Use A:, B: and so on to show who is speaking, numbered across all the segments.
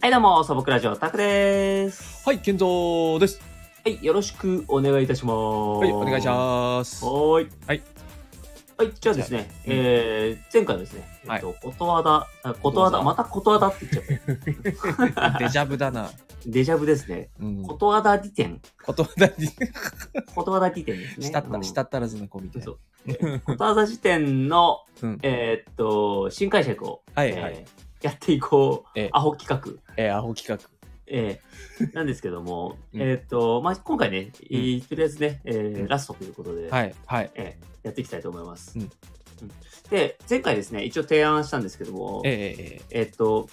A: はい、どうも、素朴ラジオ、タクです。
B: はい、健三です。
A: はい、よろしくお願いいたします。
B: はい、お願いします。は
A: はーい。
B: はい。
A: はい、じゃあですね、
B: じゃあうん
A: えー、前回はですね、えっと、ことわだ、あことわだ、
B: ことわざ
A: またことわだって言っちゃっ
B: デジャブだな。
A: た。デジャブですね。
B: うん。
A: こ
B: こと
A: わだ辞典。
B: とだに、
A: ことわだ辞典ですね。
B: したっ
A: う
B: た、
A: ん
B: したったらずの子みたい
A: そ
B: な。
A: う。ことわざ辞典の、
B: うん。
A: えーっと、新解釈を、
B: はいはい。
A: えーやっていこう、
B: ええ
A: アホ企画。
B: えー、アホ企画。
A: えー、なんですけども、
B: うん
A: えーっと、まあ、今回ね、えーとりあえずね、えー
B: うん
A: ラストということで、
B: はい、はい。
A: えーやっていきたいと思います。
B: うん
A: うんで、前回ですね、一応提案したんですけども、え
B: えーえ
A: ーっと、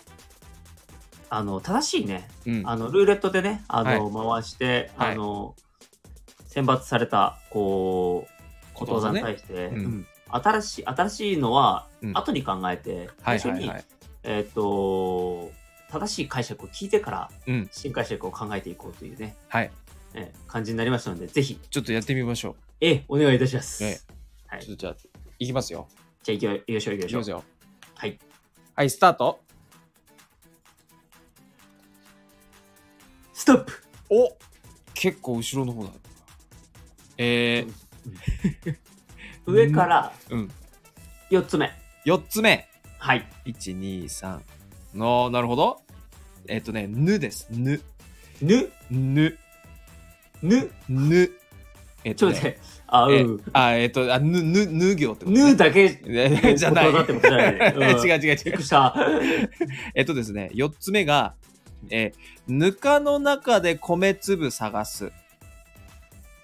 A: あの、正しいね、
B: ー、えーうん。
A: あの、ルーレットでね、あの、回して、
B: はい
A: あの、選抜された、こう、
B: こ
A: ことと
B: わ
A: わ
B: ざ
A: ざ
B: ね
A: に対して、
B: うん
A: うん新しい、新しいのは
B: うん、
A: 後に考えて、
B: は
A: 最
B: い、
A: 初
B: は
A: に、
B: い、はい。
A: えーっと、正しい解釈を聞いてから、
B: うん。
A: 新解釈を考えていこうというね、
B: はい。
A: えー感じになりましたので、ぜひ、
B: ちょっとやってみましょ
A: えーお願いいたします。
B: え
A: は
B: う。
A: い
B: ちょっとじゃあ、いきますよ。
A: じゃあ、いきまよいしょう、いき
B: い
A: ま
B: き
A: しょ
B: ま
A: う
B: す。よ。
A: はい。
B: はい、スタート。
A: ストップ
B: お結構後ろの方だ。えー、
A: 上か。ら
B: うん。
A: 4つ目。
B: 四つ目。
A: はい。
B: 一二三。の、なるほど。えっとね、ぬです。ぬ。
A: ぬ、
B: ぬ。
A: ぬ、
B: ぬ。えっ
A: ちょ
B: と
A: っと待っ
B: ね、
A: て。あ、う
B: え
A: ん。
B: あ、えっと、あ、ぬ、ぬ、ぬ行ってことね、
A: ぬだけ、
B: え じゃない。
A: ことだってことじゃない うん
B: 違う違う
A: チェ
B: 違
A: ック
B: う。
A: した。
B: えっとですね、四つ目が、えー、ぬかの中で米粒探す。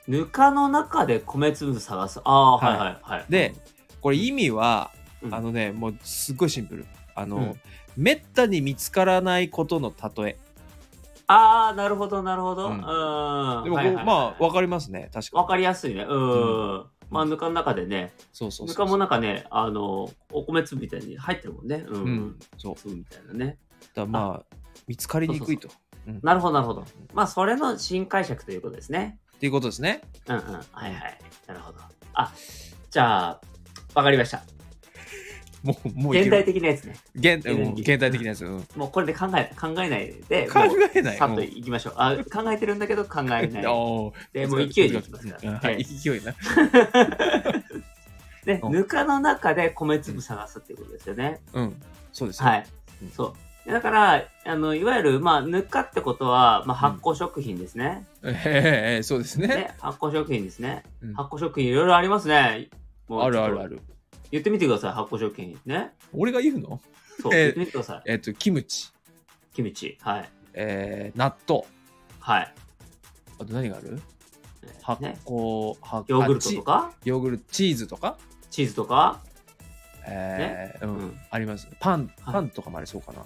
A: ぬかの中で米粒探す。ああー、はいはいはい。
B: で、これ意味は、
A: うん
B: あのね、もうすっごいシンプル。あの、
A: うん
B: めったに見つからないことの例え。
A: ああ、なるほどなるほど。う
B: うん
A: ん。
B: でもこう、まあ、わかりますね。確か
A: わかりやすいね。うん。まあ、ぬかの中でね、
B: そうそう
A: ぬ
B: そ
A: か
B: う。
A: もなんかね、あの、お米粒みたいに入ってるもんね。う
B: うんん。、そう。
A: 粒みたいなね。
B: だからまあ、見つかりにくいと。うん
A: なるほどなるほど
B: うん。
A: まあ、それの新解釈ということですね。
B: っていうことですね。
A: うんうん。はいはい。なるほど。あ、じゃあ、わかりました。
B: もう、もうい
A: 現
B: ける
A: 代的なやつね。
B: 現うん現代的なやつ。うん
A: もうこれで考え考えないで、
B: 考
A: もう
B: えない。
A: さっと
B: うん
A: いきましょう。あ考えてるんだけど考えない。
B: おー
A: で、もう勢いでいきますか
B: うん
A: ら。
B: はい
A: ね
B: 勢いな。
A: で、
B: うん
A: ぬかの中で米粒探すっていうことですよね。
B: うん。そうですよ。
A: はい
B: うん。
A: そう。だから、あのいわゆる、まあ、ぬかってことは、まあ、発酵食品ですね。
B: えーえーそうですね。
A: ね発酵食品ですね。
B: うん
A: 発酵食品いろいろありますね。もう
B: あるあ
A: ち
B: るあ。
A: ょっと
B: る。
A: 言ってみてください、発酵食品。ね。
B: 俺が言うの
A: そう、
B: え
A: 言
B: ー
A: ってみてください。
B: えっと、キムチ、
A: キムチ。はい。
B: えー納豆、
A: はい。
B: あと何がある発
A: ね、
B: 酵、発
A: ヨーグルト
B: あ
A: と
B: チ
A: か、
B: ヨーグルト、チーズとか、
A: チーズとか、
B: えーう
A: うんん
B: あります。パン、
A: はい
B: パンとかもありそうかな。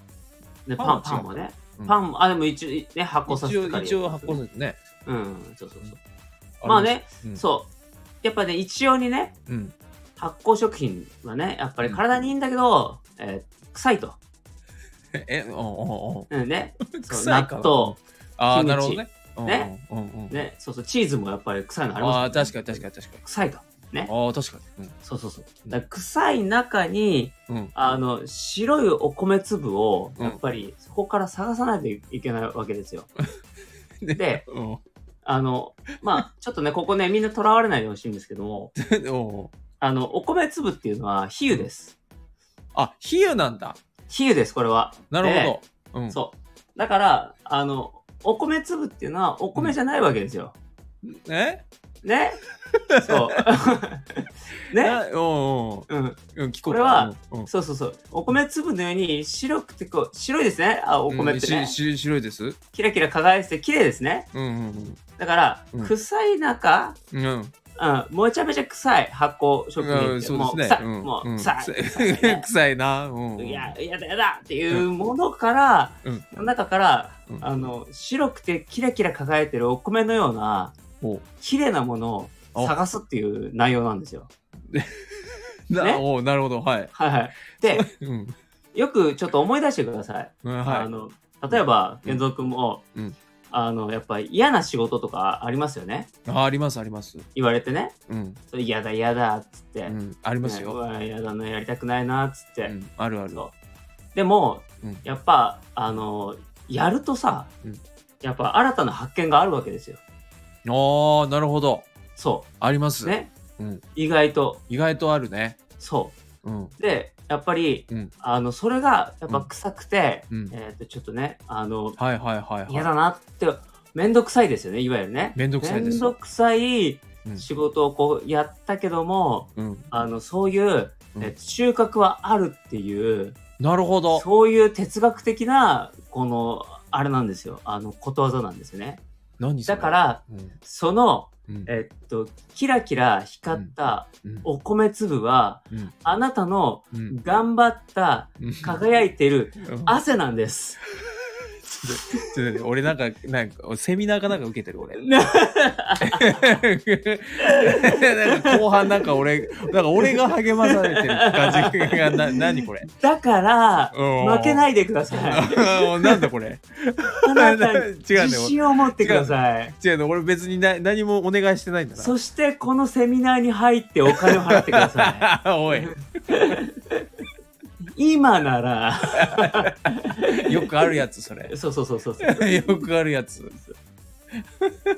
A: ね、
B: パ
A: パ
B: ンは
A: ンパンもね
B: う。ん
A: パンも、あ、でも一応、ね、発酵させ
B: 一
A: て
B: 応、
A: から
B: 一応発酵するとね。
A: うん、そうそうそう。
B: りす
A: まあね、
B: うん
A: そう。やっぱね、一応にね、
B: うん。
A: 発酵食品はね、やっぱり体にいいんだけど、えー臭いと。
B: え、おんおん
A: うんね。
B: おん。
A: そう
B: 臭いから
A: 納
B: ああ、
A: キムチ
B: なるほどね。
A: ね
B: うんうんうんうん。
A: 豆、ね、そうそう、チーズもやっぱり臭いのあります
B: ああ、確
A: か
B: かに確かに確かに。
A: 臭いと。ね。
B: ああ、確かに。
A: そうそうそう。だから臭い中に、
B: うん。うん
A: あの、白いお米粒を、
B: うん
A: やっぱり、そこから探さないといけないわけですよ。で、
B: うん
A: あの、まあ、ちょっとね、ここね、みんな囚われないでほしいんですけども、
B: おー
A: あの、お米粒っていうのは比喩です。
B: あ、比喩なんだ。
A: 比喩です、これは。
B: なるほど。うん。
A: そう。だから、あの、お米粒っていうのはお米じゃないわけですよ。
B: え
A: ねそう。 ね
B: なおう
A: うん。
B: おううん、聞こ
A: こ
B: え
A: れは、
B: うんうん
A: そうそうそう。お米粒のように白くてこう、白いですね。あ、お米って
B: うん
A: ね
B: し。し白いです。うん
A: キラキラ輝いてて綺麗ですね。
B: うん
A: だから、
B: うん
A: 臭い中、
B: うん。うん。
A: うん、めちゃめちゃ臭い発酵食
B: う
A: 品
B: ん
A: って、
B: そうで
A: も
B: す
A: う
B: ね
A: 臭。い、
B: うん
A: も
B: う
A: うん臭い、臭いね
B: 臭いな。うん。
A: いや、やだやだっていうものから、
B: うん。
A: 中から、
B: うん
A: あの、白くてキラキラ輝いてるお米のような、
B: おう
A: 綺麗なものを探すっていう内容なんですよ。
B: なおうなるほど。はい。
A: はいはい。 で、
B: うん。
A: よくちょっと思い出してください。
B: うん
A: あ
B: は
A: の例えば、
B: うん
A: 健三君も、
B: うん
A: あの、やっぱり嫌な仕事とかありますよね。
B: い。あありますあります。
A: 言われてね。
B: うん。
A: それ嫌だ嫌だっつって。
B: う
A: ね
B: ん。あります
A: う
B: よ。
A: わ嫌だな、やりたくないなっつって。
B: うん。あるある。
A: そうでも、
B: うん
A: やっぱ、あの、やるとさ、
B: うん
A: やっぱ新たな発見があるわけですよ。
B: ああ、なるほど。
A: そ
B: あります。
A: う。ね。
B: うん
A: 意外と。
B: 意外とあるね。
A: そ
B: うん。
A: う。で、やっぱり、
B: うん
A: あの、それが、やっぱ臭くて、
B: うん。
A: えっ、と、ちょっとね、あの、
B: はいはいはい
A: 嫌
B: は
A: だなって、めんどくさいですよね、いわゆるね。
B: めんどくさいです
A: めんどくさい
B: うん
A: 仕事をこうやったけども、
B: い。うん。
A: あの、そういう、
B: うん
A: えー収穫はあるっていう、
B: なるほど。
A: そういう哲学的な、この、あれなんですよ。あの、ことわざなんですよね。
B: 何それ
A: だか、ら、
B: うん
A: その、
B: うん
A: えっと、キラキラ光った
B: うん
A: お米粒は、
B: うん
A: あなたの
B: うん
A: 頑張った、
B: うん
A: 輝いてる
B: うん
A: 汗なんです。
B: ちょっと待って俺なんか、なんか、セミナーかなんか受けて る俺。なんか後半なんか俺、なんか俺が励まされてる感じが、な、なにこれ。
A: だから、
B: 負。
A: 負けないいでくださ い。
B: なんだこれ。
A: あなたに
B: 違うね
A: 自信を持ってください。
B: 違うの、俺別にな何もお願いしてないんだな。
A: そして、このセミナーに入ってお金を払ってくださ
B: お
A: い。
B: い、
A: 今なら、
B: よくあるやつ、それ。
A: そうそうそう そう。
B: よくあるやつ。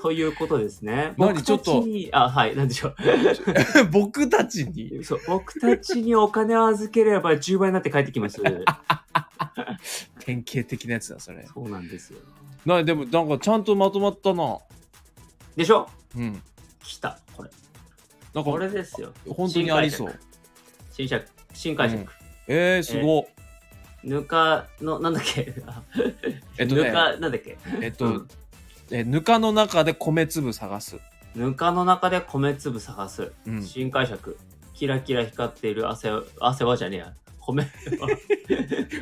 A: ということですね。僕
B: 何
A: た
B: ちょっと
A: にあ、はい、なんでしょ
B: 僕たちに。
A: う。そう僕たちにお金を預ければ10倍になって帰ってき ます。
B: 典型的なやつだ、それ。
A: そうなんですよ。
B: なでも、なんかちゃんとまとまったな。
A: でしょ
B: うん。
A: 来た。これ。
B: なん
A: こ
B: か、
A: れですよ。
B: 本当にありそう。
A: 新釈。新解釈。
B: えー、すごっ。
A: ぬかの、なんだっけ。
B: えっと
A: ぬ
B: ね、
A: か、なんだっけ。
B: えっ
A: う
B: と
A: ん、
B: えぬかの中で米粒探す。
A: ぬかの中で米粒探す。
B: うん。
A: 新解釈。キラキラ光っている汗を、汗はじゃねえや。米は。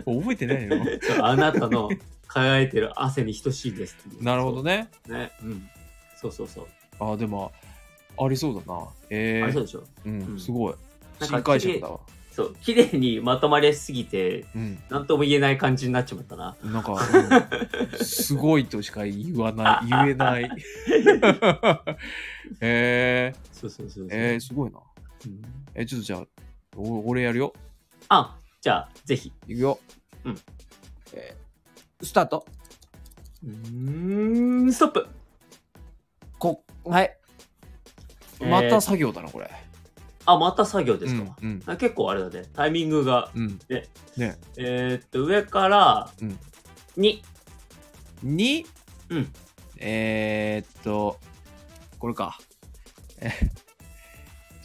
B: 覚えてないの
A: そうあなたの輝いてる汗に等しいですっていう
B: なるほどね。
A: そうね。うん。そうそうそう。
B: あ、でも、ありそうだな。え
A: あれそう
B: ー、
A: でしょ。
B: うん、すごい。
A: なん
B: 新
A: か
B: 解釈だわ。
A: そう。綺麗にまとまりすぎて、
B: うん。
A: なんとも言えない感じになっちまったな。
B: なんか、うんすごいとしか言わない、言 えない。 えー、
A: そうそうそうそう。
B: えー、すごいな。
A: うん
B: えちょっとじゃあ、お俺やるよ。
A: あ、じゃあ、ぜひ。
B: いくよ。
A: うん。
B: えースタート。
A: うーん、ストップ。
B: こ、はい。
A: えー
B: また作業だな、これ。
A: あ、また作業ですか。
B: うん。
A: あ結構あれだね。タイミングが。
B: うん。
A: ね
B: ね。
A: えーっと、上から
B: うん
A: 2。
B: に、
A: うん。
B: えー、っと、これか。 えー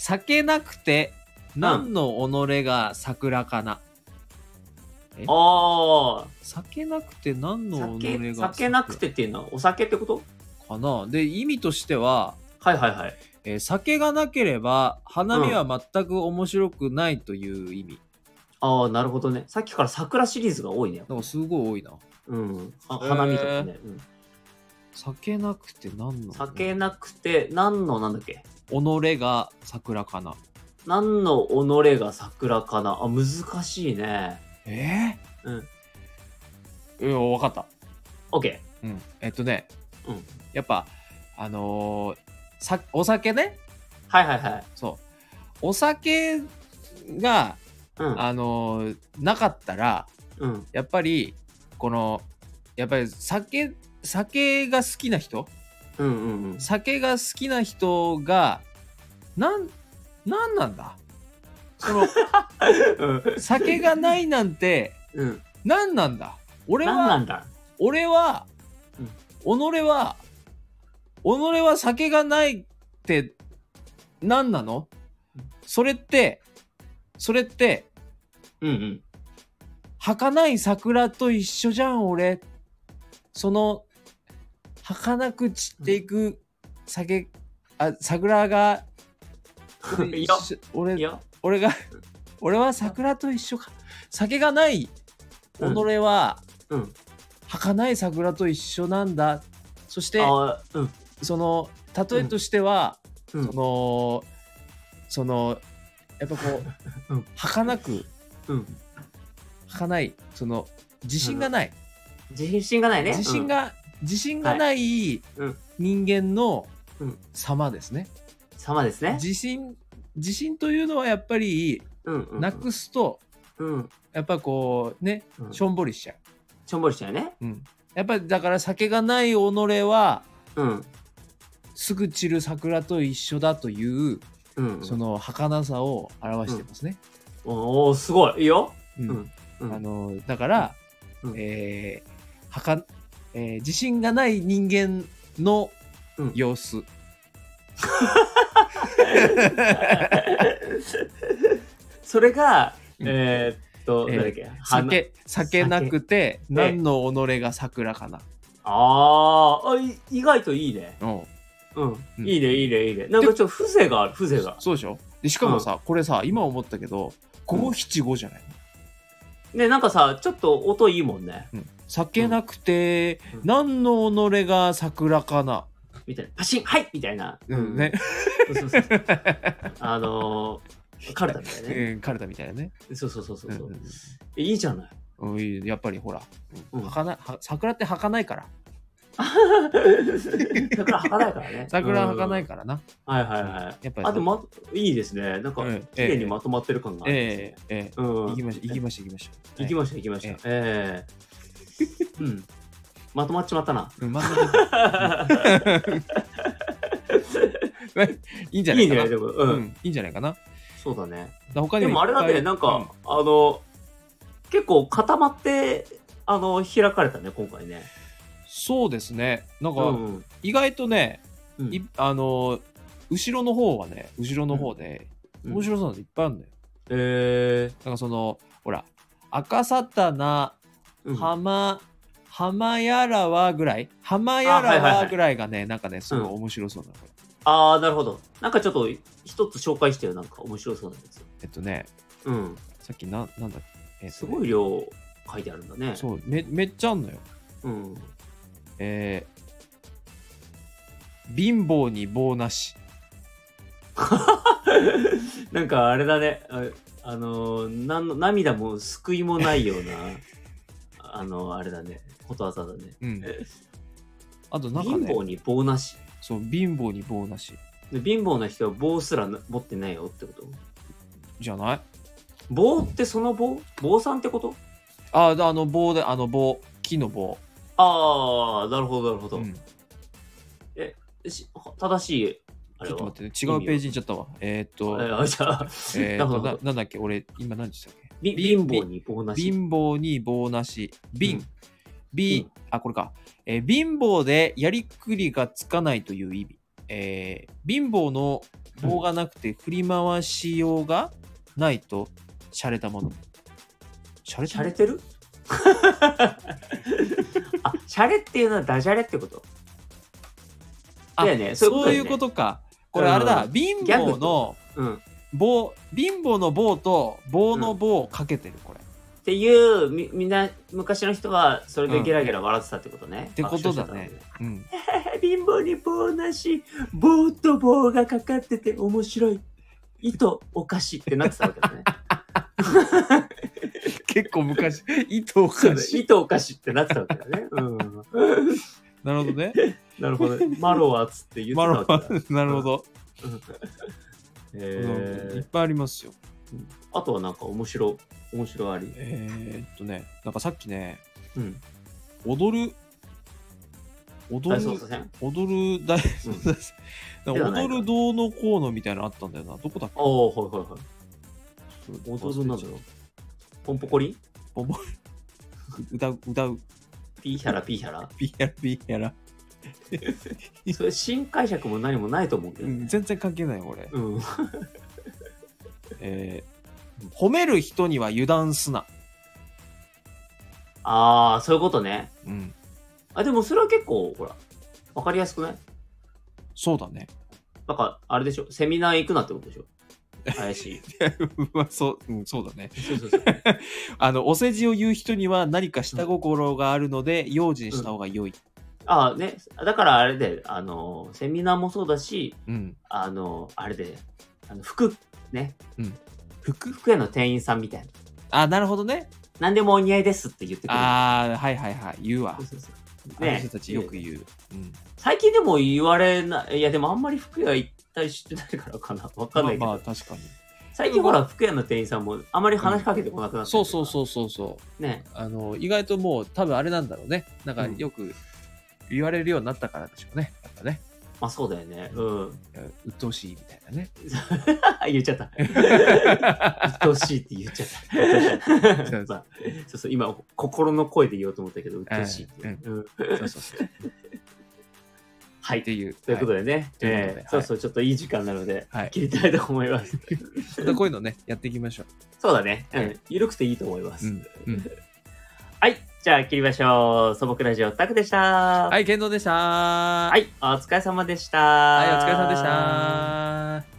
B: 酒なくて、何の己が桜かな。
A: ああ、
B: 酒なくて何の己
A: 酒
B: が
A: 酒なくてっていうのはお酒ってこと
B: かなで意味としては、
A: はいはいはい。
B: えー酒がなければ花見は全く面白くないという意味、
A: ああ、なるほどね。さっきから桜シリーズが多いね。
B: なんかすごい多いな
A: うん。あ
B: へー
A: 花見とかね、うん
B: 酒なくて何の
A: 酒なくて、何のなんだっけ
B: 己が桜かな
A: 何の己が桜かなあ、難しいね。
B: え
A: うん
B: ー、うん分かった、
A: OK。
B: うん、えっとね
A: うん。
B: やっぱあのーさお酒ね
A: はいはいはい。
B: そうお酒が、
A: うん。
B: あのーなかったら
A: うん。
B: やっぱりこのやっぱり酒酒が好きな人
A: うんうんうん。
B: 酒が好きな人がなんなんなんだ その
A: うん
B: 酒がないなんて
A: うん。
B: なんなんだ俺
A: 何な
B: は
A: んだ
B: 俺は
A: うん
B: 己は己は酒がないって何なのそれってそれって
A: うんうん。
B: 儚い桜と一緒じゃん俺その儚く散っていく酒、あ桜が
A: いいよ。
B: 一緒
A: いい
B: 俺
A: よ。
B: 俺が俺は桜と一緒か酒がない己
A: うん
B: は
A: うん。
B: 儚い桜と一緒なんだそして
A: あーうん。
B: その例えとしては、
A: うん
B: そのそのやっぱこ う、
A: うん
B: 儚く
A: うん。
B: 儚いその自信がない、
A: 自信がないね。
B: 自信が、自信がない
A: うん
B: 人間の
A: うん
B: 様ですね。
A: うん。様ですね。
B: 自信、自信というのはやっぱり
A: うんうん。
B: なく。すと、
A: うん。
B: やっぱこうね
A: う、ん
B: しょんぼりしちゃ
A: しょんぼりしちゃうね。
B: う。うん。やっぱりだから酒がない己は
A: うん。
B: すぐ散る桜と一緒だという
A: うん。
B: その儚さを表してますね。
A: おおすごい。いいよ。
B: うん
A: うんうん
B: あのだから、
A: うん
B: えーはかえー自信がない人間の
A: うん
B: 様子、
A: それが、
B: うん
A: えーっと、
B: えー
A: なんだっけ花
B: 酒酒なくて何の己が桜かな。
A: あーあい意外といいね。
B: うん
A: うん。
B: うん
A: いいね、いいね、いいね。なんかちょっと風情がある、風情が。
B: そうでしょでしかもさ、これさ今思ったけど五七五じゃない、
A: ね、なんかさ、ちょっと音いいもんね。
B: 酒なくて、
A: うん
B: 何の己が桜かな、
A: みたいな。パシンはいみたいな。
B: うんね、
A: そうそうそう。 あのー、カルタみたいなね。
B: うん、カルタみたいなね、
A: そうそうそうそうう。
B: ん
A: う
B: うん
A: いいじゃ ない。
B: うんいいやっぱりほら、
A: うん
B: 儚いは桜って儚いから
A: 桜はかないからね。
B: 桜は儚
A: う
B: い
A: ん。
B: からな、
A: はいはいはい。
B: やっぱり
A: あと、ま、いいですね。なんか
B: うん、
A: 綺麗にまとまってる感があるんです
B: え
A: ね。
B: えええ
A: うん。
B: 行きましょう行きましょう行きましょ
A: 行
B: う
A: きました、行きました。ええうん。まとまっちまったな。
B: うんまあいいんじゃない
A: い
B: いか
A: ね、
B: な
A: でも、
B: う
A: うんん。
B: いいんじゃないかな
A: そうだね。
B: 他に
A: でもあれだ
B: いっぱ
A: ね、
B: い
A: なんか、あの、結構固まって、あの、開かれたね、今回ね。
B: そうですねなん
A: う
B: か、
A: ん。
B: 意外とね、
A: うん
B: いあのー後ろの方はね後ろの方で、
A: うん
B: 面白そうなのいっぱいあるんだよ、
A: え
B: なんかそのほら赤さたな
A: ー、うん
B: 浜、浜やらはぐらい浜や
A: あは
B: ら
A: いはいは
B: はいぐらいがね、なんかねすごい面白そうなの、
A: ああ、なるほど。なんかちょっと、一つ紹介してよ、なんか面白そうなやつ。
B: えっとね
A: うん。
B: さっきななんだっけ、えっとね
A: すごい量書いてあるんだね。
B: そうめめっちゃあんのよ
A: うん。
B: えー、貧乏に棒なし
A: なんかあれだね、ああのー、なんの涙も救いもないような、 あのー、あれだね、ことわざだね。
B: うん
A: え
B: あとなんか
A: 貧
B: ね
A: 乏に棒なし。
B: そう貧乏に棒なし
A: で貧乏な人は棒すらな持ってないよってこと
B: じゃない
A: 棒ってその棒棒さんってこと
B: ああの棒であの棒木の棒
A: ああ、なるほど、なるほど。
B: うん
A: し正しい、あ
B: ち
A: れ
B: ょ
A: は
B: っと待ってね違うページに行っちゃったわえーっ
A: え
B: と
A: ーあじゃあ、
B: え
A: な
B: ー
A: るほ
B: っと
A: ど
B: ななんだっけ俺今何でしたっけ
A: び貧乏に棒なし。
B: 貧乏に棒なし
A: うん
B: 貧び、
A: うん
B: あこれか、えー貧乏でやりくりがつかないという意味、えー貧乏の棒がなくて振り回しようがないと洒落たもの洒落
A: し
B: た
A: ゃ
B: も
A: れ
B: の
A: てる あ、しゃれっていうのはダジャレってこと
B: あ
A: だよねそういうこと
B: そう
A: だ
B: い
A: よ
B: う
A: ね
B: ことかこれあれだ、
A: うん
B: 貧
A: ギャグ
B: 乏
A: と
B: の
A: うん。
B: 棒貧乏の棒と棒の棒をかけてるこれ、
A: っていうみみんな昔の人はそれでゲラゲラ笑ってたってことね。
B: ってことだ
A: 爆笑し
B: ね
A: てたわ
B: うん
A: けね 貧乏に棒なし棒と棒がかかってて面白い糸おかしってなってたわけ だね。
B: 結構 昔糸を
A: そう
B: か
A: だね
B: し
A: 糸おかしってなってたわけだね。うん、
B: なるほどね
A: なるほど、 ね。マロワっつって言
B: マ
A: っ
B: ロ
A: てたわけだ。
B: なるほど、うんい
A: え
B: っぱいありますよ
A: ー、あとはなんか面白面白あり。
B: えー、っとね、なんかさっきね、
A: うん。
B: 踊る、踊
A: 大捜
B: る
A: 査、線。
B: 踊る大、
A: んではない
B: 踊るどうのこうのみたいなのあったんだよな。どこだっけ
A: おおはいはいはい。踊る
B: 忘
A: な
B: れ
A: ん
B: ち
A: だ
B: ゃっ
A: ろう。ポンポコリン
B: た歌う、歌う、
A: ピーヒャラピーヒャラ。
B: ビやら、ビやら。
A: それ新解釈も何もないと思うけ
B: う
A: どね
B: ん。全然関係ないよ、これ。
A: うん。
B: えー褒める人には油断すな。
A: ああ、そういうことね。
B: うん。
A: あ、でもそれは結構、ほら、わかりやすくない
B: そうだね。
A: なんか、あれでしょ、セミナー行くなってことでしょ。怪し い。
B: まあそう、うん、そうだね。
A: そうそうそう。
B: あの、お世辞を言う人には何か下心があるので、用心した方が良い。
A: ああ、ね。だからあれで、あのー、セミナーもそうだし、
B: うん。
A: あのー、あれで、あの服、ね。
B: 服
A: 服屋の店員さんみたいな。
B: あ、なるほどね。
A: 何でもお似合いですって言ってくれる。
B: ああ、はいはいはい。言うわ
A: そう。そうそう。
B: あの
A: ね
B: 人たちよく言う。うん
A: 最近でも言われない。いや、でもあんまり服屋行ったりしてないからかな。わかんないけど。
B: まあまあ確かに。
A: 最近ほら、服屋の店員さんもあまり話しかけてこなくなった
B: そうそう
A: う。
B: そうそうそう。
A: ね。
B: あの、意外ともう多分あれなんだろうね。なんか
A: うん
B: よく言われるようになったからでしょうね。やっぱね。
A: まあそうだよね。うん。
B: いや鬱陶しいみたいなね。
A: 言っちゃっ た。鬱陶しいって言っちゃっ
B: そう
A: た。まあそうそう、今、心の声で言おうと思ったけど、鬱陶しいって。うん
B: そうそうそう。
A: は
B: っ
A: い。
B: ていう。
A: ということ
B: は
A: でね、
B: というこ
A: え
B: とではい
A: ーそうそう、ちょっといい時間なので、
B: はい
A: 切りたいと思います。
B: いこういうのね、やっていきましょ
A: そうだね。う
B: は
A: ん。緩くていいと思いま
B: う。う
A: す
B: ん。。うん、
A: はい。じゃあ、切りましょう。素朴ラジオ、タクでした。
B: はい、剣道でした。
A: はい。お疲れ様でした。
B: はい、お疲れ様でした。